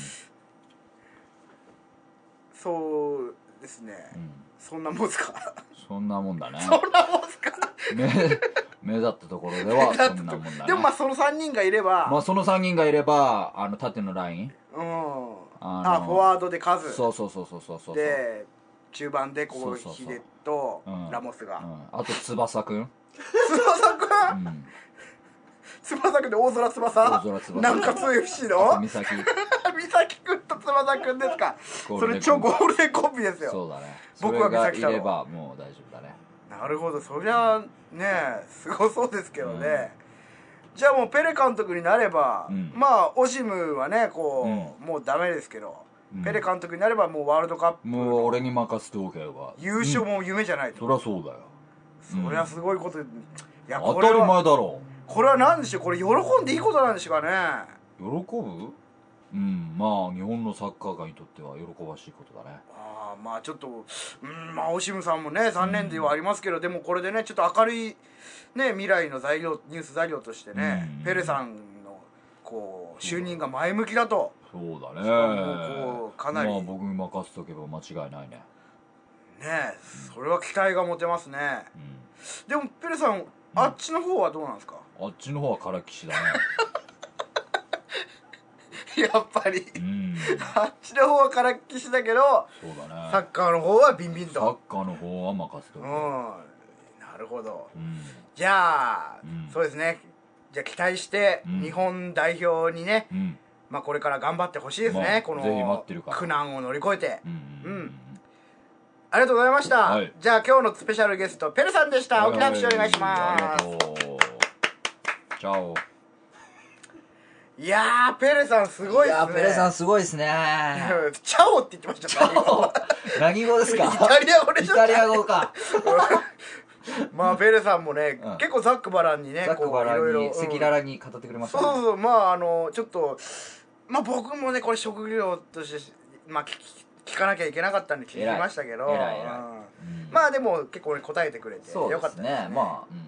A: そうですね、
D: うん、
A: そんなもんすか
D: そんなもんだね
A: そんなもんすか
D: 目目立ったところで はそんなもんだね
A: でもまあその3人がいれば、
D: まあその3人がいればあの縦のライン
A: うん
D: あの
A: あフォワードでカズ
D: そうそうそうそうそうそう、うん、
A: で中盤でこ
D: そう
A: う
D: そうそう
A: ヒデと
D: うん
A: ラモスが、
D: あと翼くん、うん、
A: 翼くん翼くんで大空翼
D: 大空翼
A: なんか 2FC
D: あと
A: の
D: 美咲
A: 美咲くんと翼くんですか
D: ゴ ー
A: そ
D: ルデ
A: れ
D: ン
A: 超ゴールデンコンビですよ
D: そうだねそ
A: 僕
D: れ
A: は美
D: が
A: 咲
D: い
A: 太郎
D: ればもう大丈夫だね
A: なるほどそりゃねすごそうですけどね、じゃあもうペレ監督になれば、
D: うん
A: まあオシムはねこう、もうダメですけど、
D: うん
A: ペレ監督になればもうワールドカップ
D: もう俺に任せておけば
A: 優勝も夢じゃないと、
D: そりゃそうだよ
A: そりゃすごいこといや
D: 当
A: こ
D: た
A: れ
D: り前だ
A: は
D: ろ
A: これは何でしょうこれ喜んでいいことなんでしょうかね
D: 喜ぶうんまあ日本のサッカー界にとっては喜ばしいことだね
A: ああまあちょっとうんまあオシムさんもね残念ではありますけど、でもこれでねちょっと明るい、ね、未来の材料ニュース材料としてね、
D: うん
A: ペレさんのこう就任が前向きだと、
D: そうだ
A: もうこ
D: ね
A: うかなり
D: まあ僕に任せとけば間違いないね
A: ねそれは期待が持てますね
D: う
A: でもペレさんあっちの方はどうなんですか、
D: んあっちの方は唐岸だね
A: やっぱり
D: うん
A: あっちの方はからっきしだけど
D: そうだね
A: サッカーの方はビンビン
D: サッ
A: と
D: カーの方は任せと
A: う
D: け
A: ん
D: ば
A: なるほど
D: うん
A: じゃあ、
D: うん
A: そうですねじゃあ期待して
D: うん
A: 日本代表にね、
D: うん
A: まあ、これから頑張ってほしいですね、
D: まあ
A: この
D: ぜひ待ってるから
A: 苦難を乗り越えて、
D: うん
A: うんありがとうございました、
D: はい
A: じゃあ今日のスペシャルゲストペレさんでした大きな拍手お願いし
D: はいあ
A: ま
D: りが
A: す、
D: とうチャオ
A: い、やーペレさんすごい
C: い
A: っす
C: や
A: ね
C: ペレさんすごいですね
A: チャオって言ってましたチャオ
C: 何語です
A: イ
C: か
A: タリア語で
C: イ
A: しょ
C: タリア語か
A: まあペレさんもね、
D: うん
A: 結構ザックバランにね
C: ザックバラ
A: こういろいろ
C: に赤
A: うん
C: 裸々に語ってくれました
A: そう
C: ね
A: そうそうまああのちょっとまあ僕もねこれ職業としてまあ聞き聞かなきゃいけなかったんで聞きましたけど
C: 偉い偉い偉い
A: うんまあでも結構ね答えてくれて
C: そう
A: よか
C: で
A: った
C: すねまあ、うん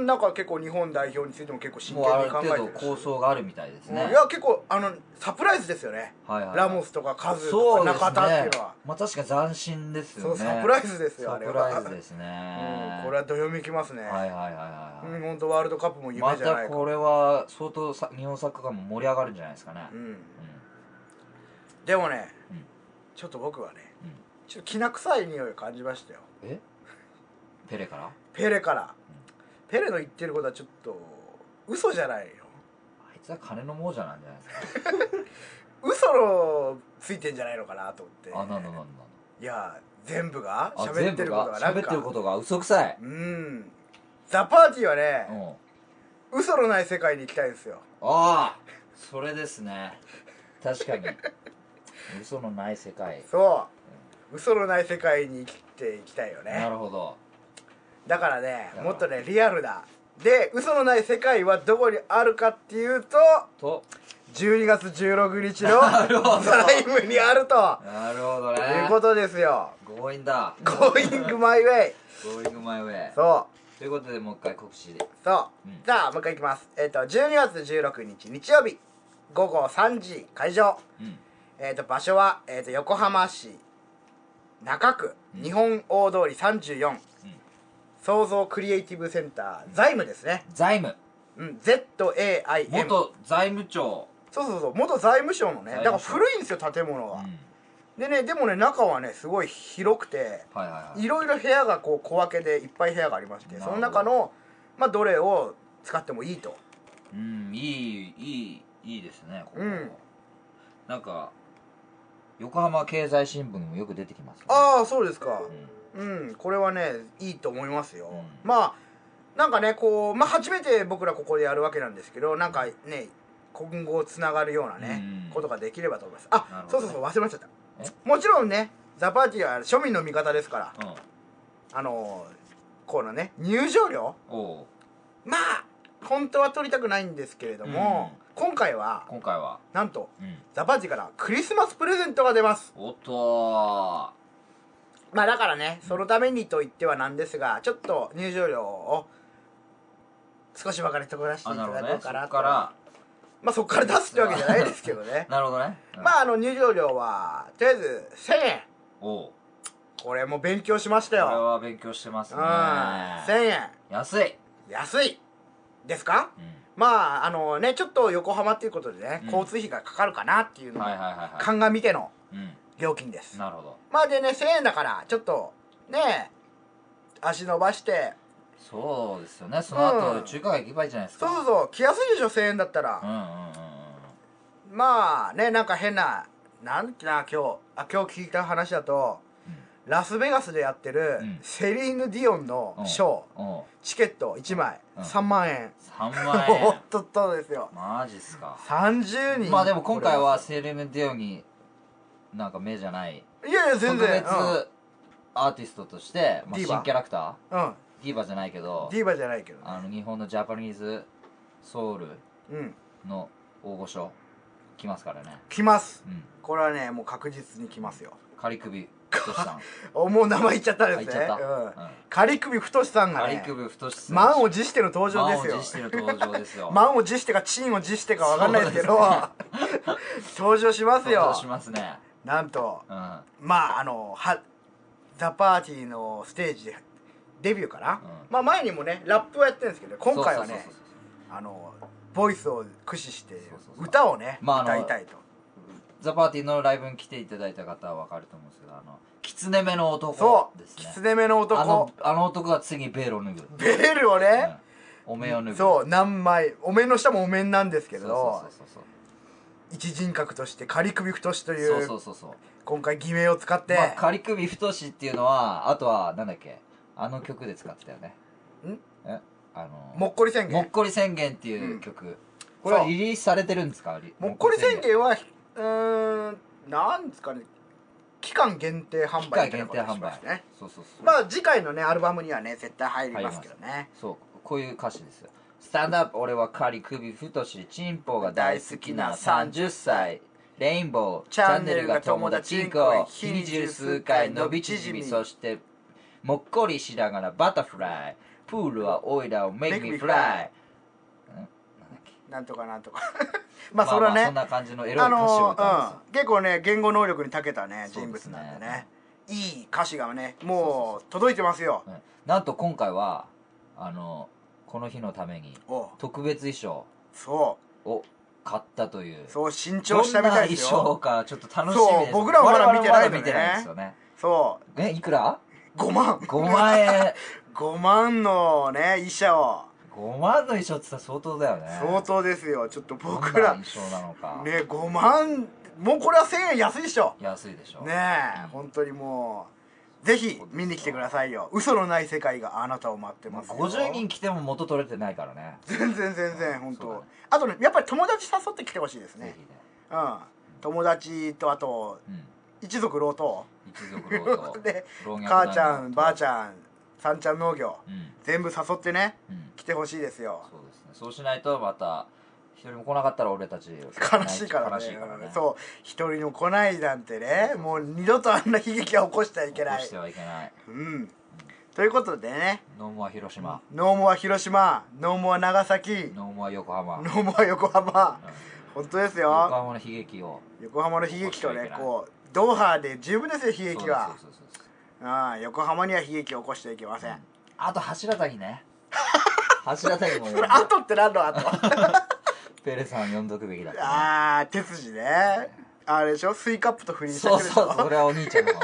A: うんなんか結構日本代表についても結構真
C: もう
A: 剣に
C: ある
A: 考
C: 程
A: え
C: 度
A: てるし
C: 構想があるみたいですね、
A: うんいや結構あのサプライズですよね、
C: はいはいはい
A: ラモスとかカズ
C: そ
A: と
C: う
A: か
C: です
A: 中田っていうのは
C: ねまあ確かに斬新ですよね
A: そうサプライズですよあれは
C: サプライズです
A: う
C: ね、
A: んこれはどよめきますね、
C: はいはいはいはい、
A: うん、本当ワールドカップも夢
C: ま
A: じゃな
C: た
A: いか、
C: これは相当さ日本サッカー界も盛り上がるんじゃないですかね、
A: うん、
C: う
A: でもね、
D: うん
A: ちょっと僕はね
D: うん
A: ちょっときな臭い匂いを感じましたよ
C: んえペレから
A: ペレから、ペレの言ってることはちょっと嘘じゃないよ
C: あいつは金の亡者なんじゃないです か
A: 嘘のついてんじゃないのかなと思って
C: あなんだなんだなんだ
A: いや全部が
C: あ
A: 喋ってることがなんか
C: 喋ってることが嘘くさい、
A: うんザ・パーティーは
C: う
A: ね、
C: ん、あ
A: 嘘のない世界に行きたいんですよ
C: あそれですね確かに嘘のない世界
A: そう、嘘のない世界に生きていきたいよ
C: な
A: ね
C: るほど
A: だからね
C: から
A: もっとねリアルだで嘘のない世界はどこにあるかっていうと
C: と
A: 12月16日
C: なるほ
A: の
C: ど
A: タイムにあると
C: なるほど
A: と
C: ね
A: いうことですよ
C: 強引だ
A: Going my way
C: ゴーイングマイウェイ
A: そう
C: ということでもう一回告知で
A: そううんじゃあもう一回いきますえっ、と12月16日日曜日午後3時会場
D: うん
A: えっ、と場所は、えー、と横浜市中区、日本大通り34、創造クリエイティブセンター財務ですね
C: 財務
A: うん、ZAIM
C: 元財務庁、
A: そうそうそう元財務省のね
C: 財務省
A: だから古いんですよ建物
C: うん
A: は、でねでもね中はねすごい広くて
C: はいはいはい
A: いろいろ部屋がこう小分けでいっぱい部屋がありまして
C: なる
A: そ
C: ほど
A: の中の、まあ、どれを使ってもいいと
C: うんいいいいいいですねここ、
A: うん
C: なんか横浜経済新聞にもよく出てきますよ
A: ああそうですか
C: うん
A: うんこれはねいいと思いますよ、
C: う
A: まあなんかねこう、まあ、初めて僕らここでやるわけなんですけどなんかね今後つながるようなね、
C: うん
A: ことができればと思いますあ、
C: なるほ
A: そ
C: ど
A: うそう
C: ね
A: そう忘れました
C: え
A: もちろんねザパーティーは庶民の味方ですから
C: うん
A: あのーこのね入場料
C: おう
A: まあ本当は取りたくないんですけれども、今回は
C: 今回は、
A: なんと
C: うん、
A: ザパーティーからクリスマスプレゼントが出ます
C: おっと
A: まあだからねそのためにと言ってはなんですがちょっと入場料を少しばかり取らせ
C: ー
A: て
C: あ
A: い
C: な
A: ただ
C: るほど
A: こ
C: ね
A: う
C: そ
A: か
C: っ
A: なと
C: から
A: まあそっから出すってわけじゃないですけどね
C: なるほどね、うん
A: まああの入場料はとりあえず1000円
C: おう
A: これも勉強しました
C: これ
A: よ、
C: は勉強してます
A: うん、
C: ね
A: 1000円
C: 安い、
A: 安いですか
C: うん
A: まああのねちょっと横浜っていうことでね、
C: うん
A: 交通費がかかるかなっていうのを
C: はいはいはいは
A: 鑑みての
C: い、うん
A: 料金です
C: なるほど
A: まあでね1000円だからちょっとね足伸ばして
C: そうですよねその後、
A: うん
C: 中華街行けばいいじゃないです
A: そう
C: か
A: そうそう来やすいでしょ1000円だったら
C: うんうんうんうん
A: まあねなんか変ななんてな今日あ今日聞いた話だと、ラスベガスでやってる、
C: うん
A: セリーヌ・ディオンのショー、
C: おう
A: チケット1枚、
C: うん
A: 3万円
C: 3万
A: お
C: 円
A: っとっとですよ
C: マジっすか
A: 30人
C: まあでも今回はセレヌ・ディオになんか目じゃない
A: いやいや
C: 特
A: 全然
C: 別アーティストとして、まあ、
A: ディ
C: 新
A: ーバ
C: キャラクタ
A: うん、うん
C: ーディーバじゃないけど
A: ディーバじゃないけどね
C: あの日本のジャパニーズソウル
A: うん
C: の大御所来ますからね
A: 来ます
C: うん
A: これはねもう確実に来ますよ
C: 仮首太さん
A: おもう名前言っちゃったで
C: あ
A: す
C: い
A: ね
C: ちゃっ
A: うん
C: た、うん
A: 仮首太さ んが
C: 仮
A: ね
C: 首太さん
A: 満を持しての登場ですよ
C: 満を持しての登場です よ
A: 満を持してかチンを持してかわかんないですけど登場します
C: 登
A: よ
C: 場しますね
A: なんと
C: うんうん
A: まああのはザ・パーティーのステージでデビューかな、
C: うん
A: まあ前にもねラップをやってるんですけど今回は
C: そうそう
A: ね
C: そうそう
A: あのボイスを駆使して
C: そうそうそう
A: 歌をね
C: まああの
A: 歌いたいと
C: ザ・パーティーのライブに来ていただいた方は分かると思うんですけどあの狐目の
A: そ
C: 男
A: う
C: ですね
A: 狐目の
C: あの
A: 男
C: あの男が次にベールを脱ぐ
A: ベールをね、
C: うんお面を脱ぐ
A: そう何枚お面の下もお面なんですけ
C: そう
A: ど
C: そうそうそう
A: 一人格として仮首太しという
C: そうそうそうそう
A: 今回偽名を使って、
C: まあ、仮首太しっていうのはあとはなんだっけあの曲で使ってたよね
A: ん
C: えあの
A: もっこり宣
C: もっ
A: 言
C: こり宣言ってい
A: ん
C: う曲、これは
A: そう
C: リリースされてるんですかリ
A: もっこり宣言はうーんなんですかね期間限定販
C: 期間
A: 売
C: 限定
A: みたいなこと
C: 販
A: しま
C: 売
A: すね
C: そうそうそう、
A: まあ次回のねアルバムにはね絶対入りますけどね
C: そうこういう歌詞ですよスタンドアップ俺は仮首太しチンポが大好きな30歳レインボー
A: チ
C: チ
A: ャ
C: ャ
A: ン
C: ン
A: ネ
C: ネ
A: ル
C: ル
A: が
C: が
A: 友
C: 友
A: 達
C: 達
A: イ
C: イ
A: ン
C: ン
A: コ
C: コ
A: 日
C: 日
A: に
C: に
A: ち
C: ち
A: る
C: る
A: 数
C: 数
A: 回
C: 回
A: 伸
C: 伸
A: び
C: び
A: 縮
C: 縮
A: み
C: みそしてもっこり白がらバタフライプールはオイラをメイク
A: Make me
C: ミフライ
A: なんとかなん とかまあそれはね、
C: そんな感じのエロい歌詞を歌うんですよ
A: あの、うん、結構ね言語能力に長けたね人
C: そうで
A: 物
C: すね
A: なんでねいい歌詞がねもう届いてますよ
C: うんなんと今回はあのこの日のために
A: おう
C: 特別衣装
A: そ
C: を買ったという
A: うそう新
C: ど
A: 調し
C: ん
A: た
C: な
A: みたい
C: 衣
A: ですよ
C: 装かちょっと楽しみ
A: そう
C: です
A: 僕らはまだ
C: 我々
A: 見てないのね
C: まだ見てないですよね
A: そ
C: えいくら
A: う5万
C: ?5 万円
A: 5万のね衣装
C: 5万の衣装って言ったら相当だよね
A: 相当ですよちょっと
C: どんな
A: 僕らね
C: 衣装なのか、
A: 5万もうこれは1000円安いでしょ
C: 安いでしょ
A: ねえ本当にもうぜひ見に来てくださいよ嘘のない世界があなたを待って
C: ま
A: ま
C: あ
A: すよ
C: 50人来ても元取れてないからね
A: 全然全然本
C: そうだ
A: 当
C: ね
A: あとねやっぱり友達誘ってきてほしいです
C: ぜ
A: ね
C: ひね
A: うん友達とあと
C: うん
A: 一族老頭
C: 一族老と
A: で
C: 老若
A: 母ちゃんばあち
C: ゃ
A: ゃん三ちゃん農業
C: んうん
A: 全部誘ってね
C: うん
A: 来てほしいですよ
C: そうですねそうしないとまた一人も来なかったら俺たち
A: 悲しいからね
C: 悲しいからねう
A: そう一人も来ないなんてねもう二度とあんな悲劇は起こしてはい
C: い
A: けない
C: してはいけない
A: うんということでね
C: ノーモア広島
A: ノーモア広島ノーモア長崎
C: ノーモア横浜
A: ノ
C: うん
A: ーモア横浜本当です
C: 横
A: よ
C: 浜の悲劇を
A: 横浜の悲劇と
C: 起こしてはい
A: ね
C: けない
A: こうドーハで十分ですよ悲劇は
C: そうですそうですそうです
A: うん横浜には悲劇を起こしてはいけません
C: あと柱谷ね柱谷も呼ん
A: それ
C: で
A: 後って何の後
C: ペレさん呼んどくべきだったな
A: ああ手筋ねあれでしょスイカップと不倫した
C: そう
A: 人でしょ
C: そうそれはお兄ちゃんの方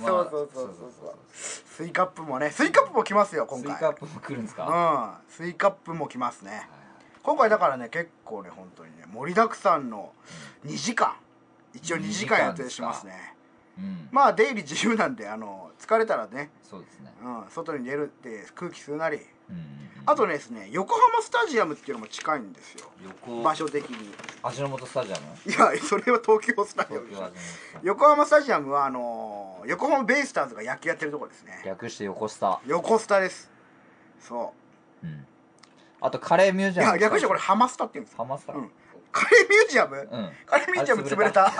C: まあ
A: そうそうそうそうそうスイカップもねスイカップも来ますよ今
C: スイ
A: 回
C: カップも来るんですか、は
A: うんスイカップも来ますね
C: い
A: 今回だからね結構ね本当にね盛りだくさんの2時間一応2時間予定しますね
D: うん
A: まあ出入り自由なんであの疲れたらね、
D: そうですね
A: うん、外に出るって空気吸うなり
D: うんうん
A: あとねですね横浜スタジアムっていうのも近いんですよ
C: 横
A: 場所的に
C: 味の素スタジアム
A: いやそれは東京スタジアム
C: 東
A: でし
C: 京
A: ょ
C: 味の素ス
A: 横浜ス
C: タジアム
A: タジアムはあの横浜ベイスターズが野球やってるとこですね
C: 略して横スタ
A: 横スタですそ
D: うん
C: あとカレーミュー
A: う
C: ジ
A: い
C: アム
A: や略してこれハマスタって言うんです
C: ハマスタ
A: うんカレーミュージアム、
C: うん
A: カレーミュージアム潰れ た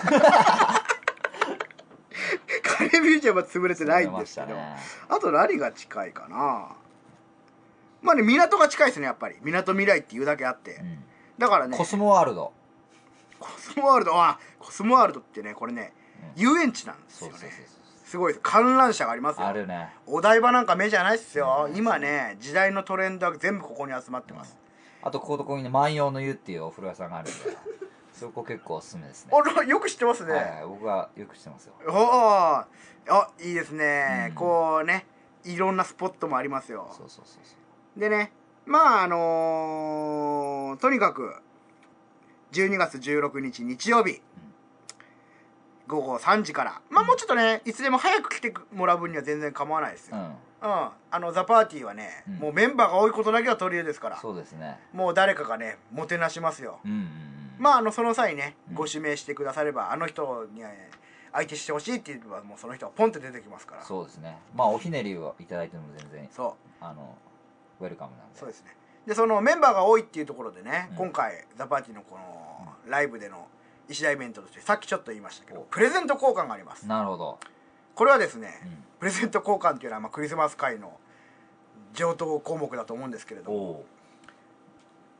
A: カレーミュージアムは潰れてないんですけど、
C: 出ま
A: あと何が近いかなまあね港が近いですねやっぱり港未来っていうだけあって、
D: うん
A: だから
C: したね
A: ね
C: コスモワールド
A: コスモワールドあコスモワールドってねこれね、遊園地なんです
C: そ
A: よ
C: う
A: ね
C: そうそうそう
A: すごいです観覧車がありますよ
C: あるね
A: お台場なんか目じゃないっすよ、今ね時代のトレンドは全部ここに集まってます、
C: あとここにね万葉の湯っていうお風呂屋さんがあるんでそこ結構おすすめですね
A: あらよく知ってますね、
C: はいはい僕はよく知ってますよ
A: おおあいいですね、
D: うん
A: こうねいろんなスポットもありますよ
C: そうそうそうそう
A: でねまああのーとにかく12月16日日曜日午後3時からまあもうちょっとねいつでも早く来てもらう分には全然構わないですよ、
C: う
A: うん
C: ん
A: あのザ・パーティーはね、
D: うん
A: もうメンバーが多いことだけは取り柄ですから
C: そうですね
A: もう誰かがねもてなしますよ、
D: うんうんうん
A: まああのその際ね
D: うん
A: ご指名してくだされば、あの人にえー相手してほしいって言えばもうその人はポンって出てきますから
C: そうですねまあおひねりをいただいても全然
A: そう
C: あのウェルカムなんで
A: そうですねでそのメンバーが多いっていうところでね、
D: うん
A: 今回ザ・パーティのこのライブでの一大イベントとしてさっきちょっと言いましたけどプレゼント交換があります
C: なるほど
A: これはですね、
D: うん
A: プレゼント交換っていうのはまあクリスマス会の上等項目だと思うんですけれど
D: お
A: も
D: お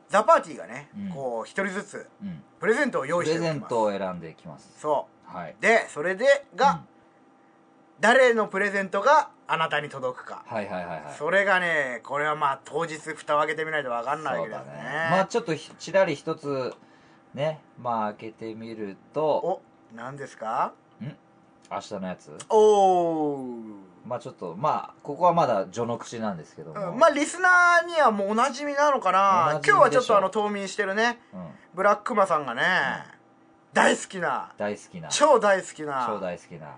A: ザ・パーティーがね、
D: うん
A: こう一人ずつ
D: ううん
A: プレゼントを用
C: プ
A: 意して
C: レ
A: おき
C: ゼ
A: ます
C: ントを選んできます
A: そ
D: はい、
A: うでそれでが、誰のプレゼントがあなたに届くか、
D: はいはいはいはい
A: それがねこれはまあ当日蓋を開けてみないと分かんないわけ
C: そう
A: で
C: だ
A: す
C: ね
A: ね
C: まあちょっとひちらり一つねまあ開けてみると
A: お何ですか
C: 明日のやつ
A: おお
C: まあちょっとまあここはまだ序の口なんですけども、
A: まあリスナーにはもうおなじみなのか
C: お
A: な
C: なじみでしょ
A: 今日はちょっとあの冬眠してるね
C: うん、
A: ブラックマさんがね、大好きな
C: 大好きな超
A: 超大好きな
C: 大好きな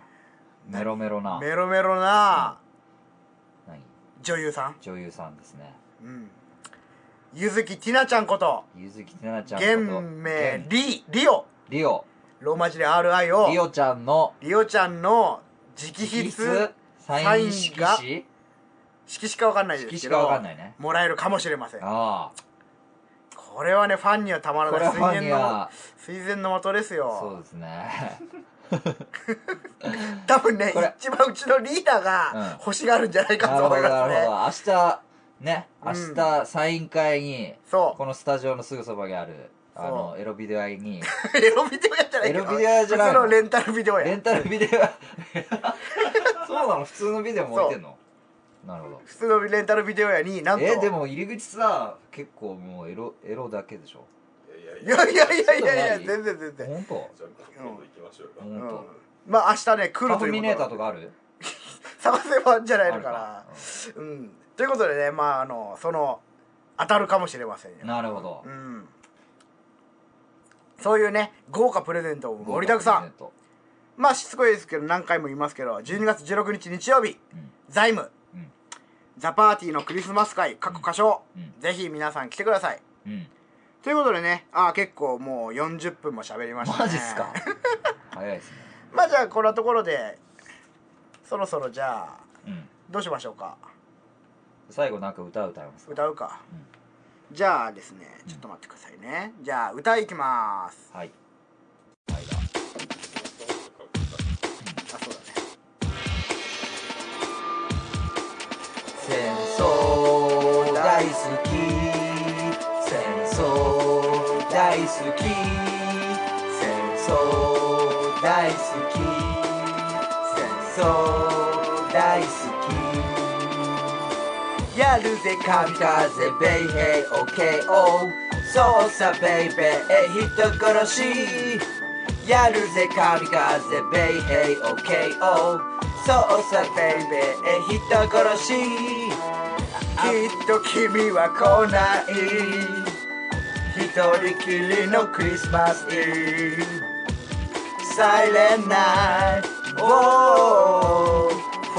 C: メロメロな
A: メロメロな
C: 何
A: 女優さん
C: 女優さんですね
A: うんゆずきティナちゃんこと
C: ゆずきてなちゃん
A: 現
C: こと
A: 名
C: 現
A: リリオ
C: リオ
A: ローマ字で RI を
C: リオちゃんの
A: リオちゃんの直筆
C: サイン色
A: サイ
C: 紙
A: 式しかわかんないです
C: 色
A: けど
C: 紙しかわかんないね
A: もらえるかもしれません
C: あ
A: これはねファンにはたま
C: あ
A: ら
C: こ
A: な
C: れ
A: い
C: はファンには
A: 水前の的ですよ
C: そうですね
A: 多分ね
C: これ
A: 一番うちのリーダーが
D: うん
A: 欲しがるんじゃないか
C: なる
A: と
C: ほ
A: 思
C: ど
A: いま
C: な
A: す
C: る
A: ね、
C: ほど明日ね
A: う
C: 明
A: ん
C: 日サイン会に
A: そ
C: このスタジオのすぐそばにある
A: そ
C: あのエロビデオ屋に
A: う エロビデオやじゃないけど
C: エロビデオ屋じゃない
A: 普通のレンタルビデオ
C: レ
A: や
C: ンタルビデオ屋 そうなの普通のビデオも置いてんのなるほど
A: 普通のレンタルビデオやになんと
C: えでも入り口さ結構もうエロエロだけでしょ
B: いやい
A: い
B: や
A: やいやいやいやいや
C: ちょっ
A: 全
C: と何
A: 然全然、
C: 本当
B: じゃあ今度行きましょう
C: 本
B: よ
A: うん
C: 当
A: まあ明日ね来
C: タ
A: ると
C: フミ
A: い
C: ネ
A: う
C: ータ
A: こ
C: ーとかある
A: と探せばんじゃな
C: あ
A: いの
C: る
A: かな
C: か
A: うんということでねまああのその当たるかもしれませんよ
C: うんなるほど
A: うんそういうね豪華プレゼントも盛りだくさん
C: 豪
A: まあしつこいですけど何回も言いますけど12月16日日曜日、
D: うん
A: 財務、
D: うん
A: ザ・パーティーのクリスマス会各歌唱、
D: うんうん
A: ぜひ皆さん来てください
D: うん
A: ということでねあー結構もう40分も喋りま
C: 華プレゼン
A: した
C: ト
A: ね
C: マジっすか早いですね
A: まあじゃあこんなところでそろそろじゃあ
D: うん
A: どうしましょうか
C: 最後なんか歌歌います
A: 歌うか、じゃあですねちょっと待ってくださいね、じゃあ歌いきます
C: はい
A: あそうだね
C: 戦争大好き戦争大好き戦争大好き戦争大好きやるぜ神風ベイヘイオケオそうさベイベイ人殺しやるぜ神風ベイヘイオケオそうさベイベイ人殺し
A: きっと君は来ない一人きりのクリスマスイブサイレンナイト Oh 49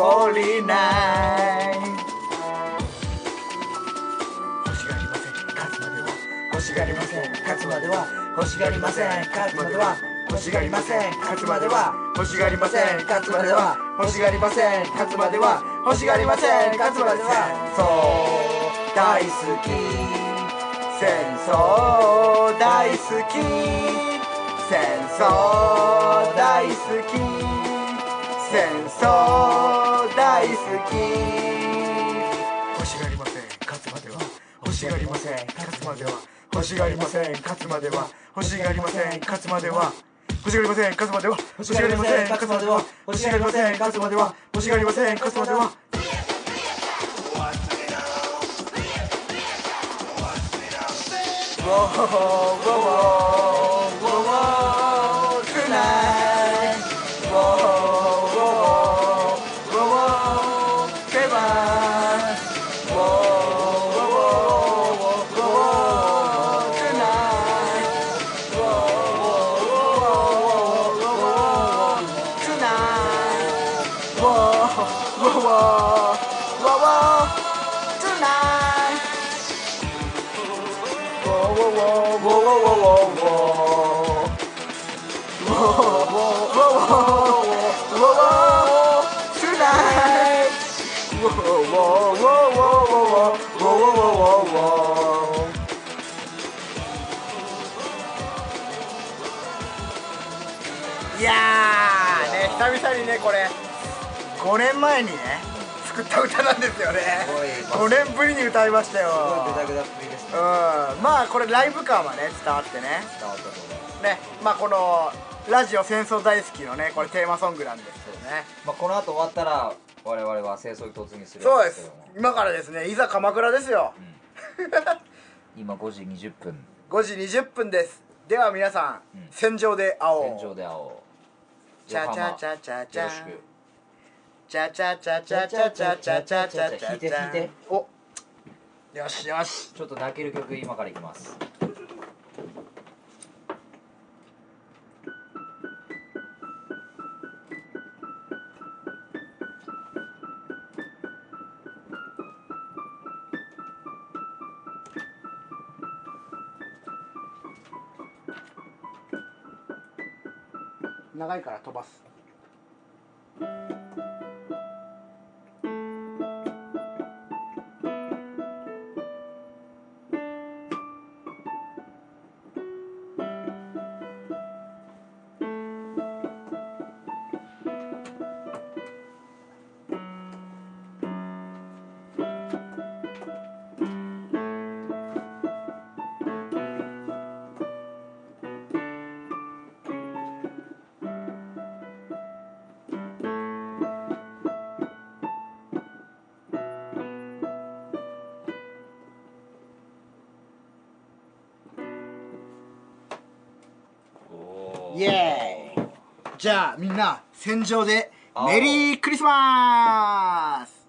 A: 欲しがりません勝つまでは欲しがりません勝つまでは欲しがりません勝つまでは欲しがりません勝つまでは欲しがりません勝つまでは欲しがりません勝つまでは欲しがりません勝つまではそう大好き戦争大好き戦争大好き戦争大好き欲しがりません勝つまでは欲しがりません勝つまでは欲しがりません勝つまでは欲しがりません勝つまでは欲しがりません勝つまでは欲しがりません勝つまでは欲しがりません勝つまでは欲しがりません勝つまではいやーね久々にねこれ5年前にね作った歌なんですよね
C: す
A: 5年ぶりに歌いましたよ
C: ダっぷりです
A: うんまあこれライブ感はね伝わってね
C: 伝わったと思います
A: ねまあこのラジオ戦争大好きのねこれテーマソングなんですけどね
C: まあ、この後終わったら我々は戦争に突入する
A: そう
C: わ
A: で
C: けです
A: す
C: けども
A: 今からですねいざ鎌倉ですよ
C: 今5時20分
A: 5時20分ですでは皆さん、
C: うん
A: 戦場で会おう
C: 戦場で会おう
A: チャチャチャチャチャ
C: よろしく
A: チャチャチャチャチャチャチャチャチャチャ
C: 弾いて弾いて
A: およしよし
C: ちょっと泣ける曲今からいきます
A: 長いから飛ばすイエーイじゃあみんな戦場でメリークリスマス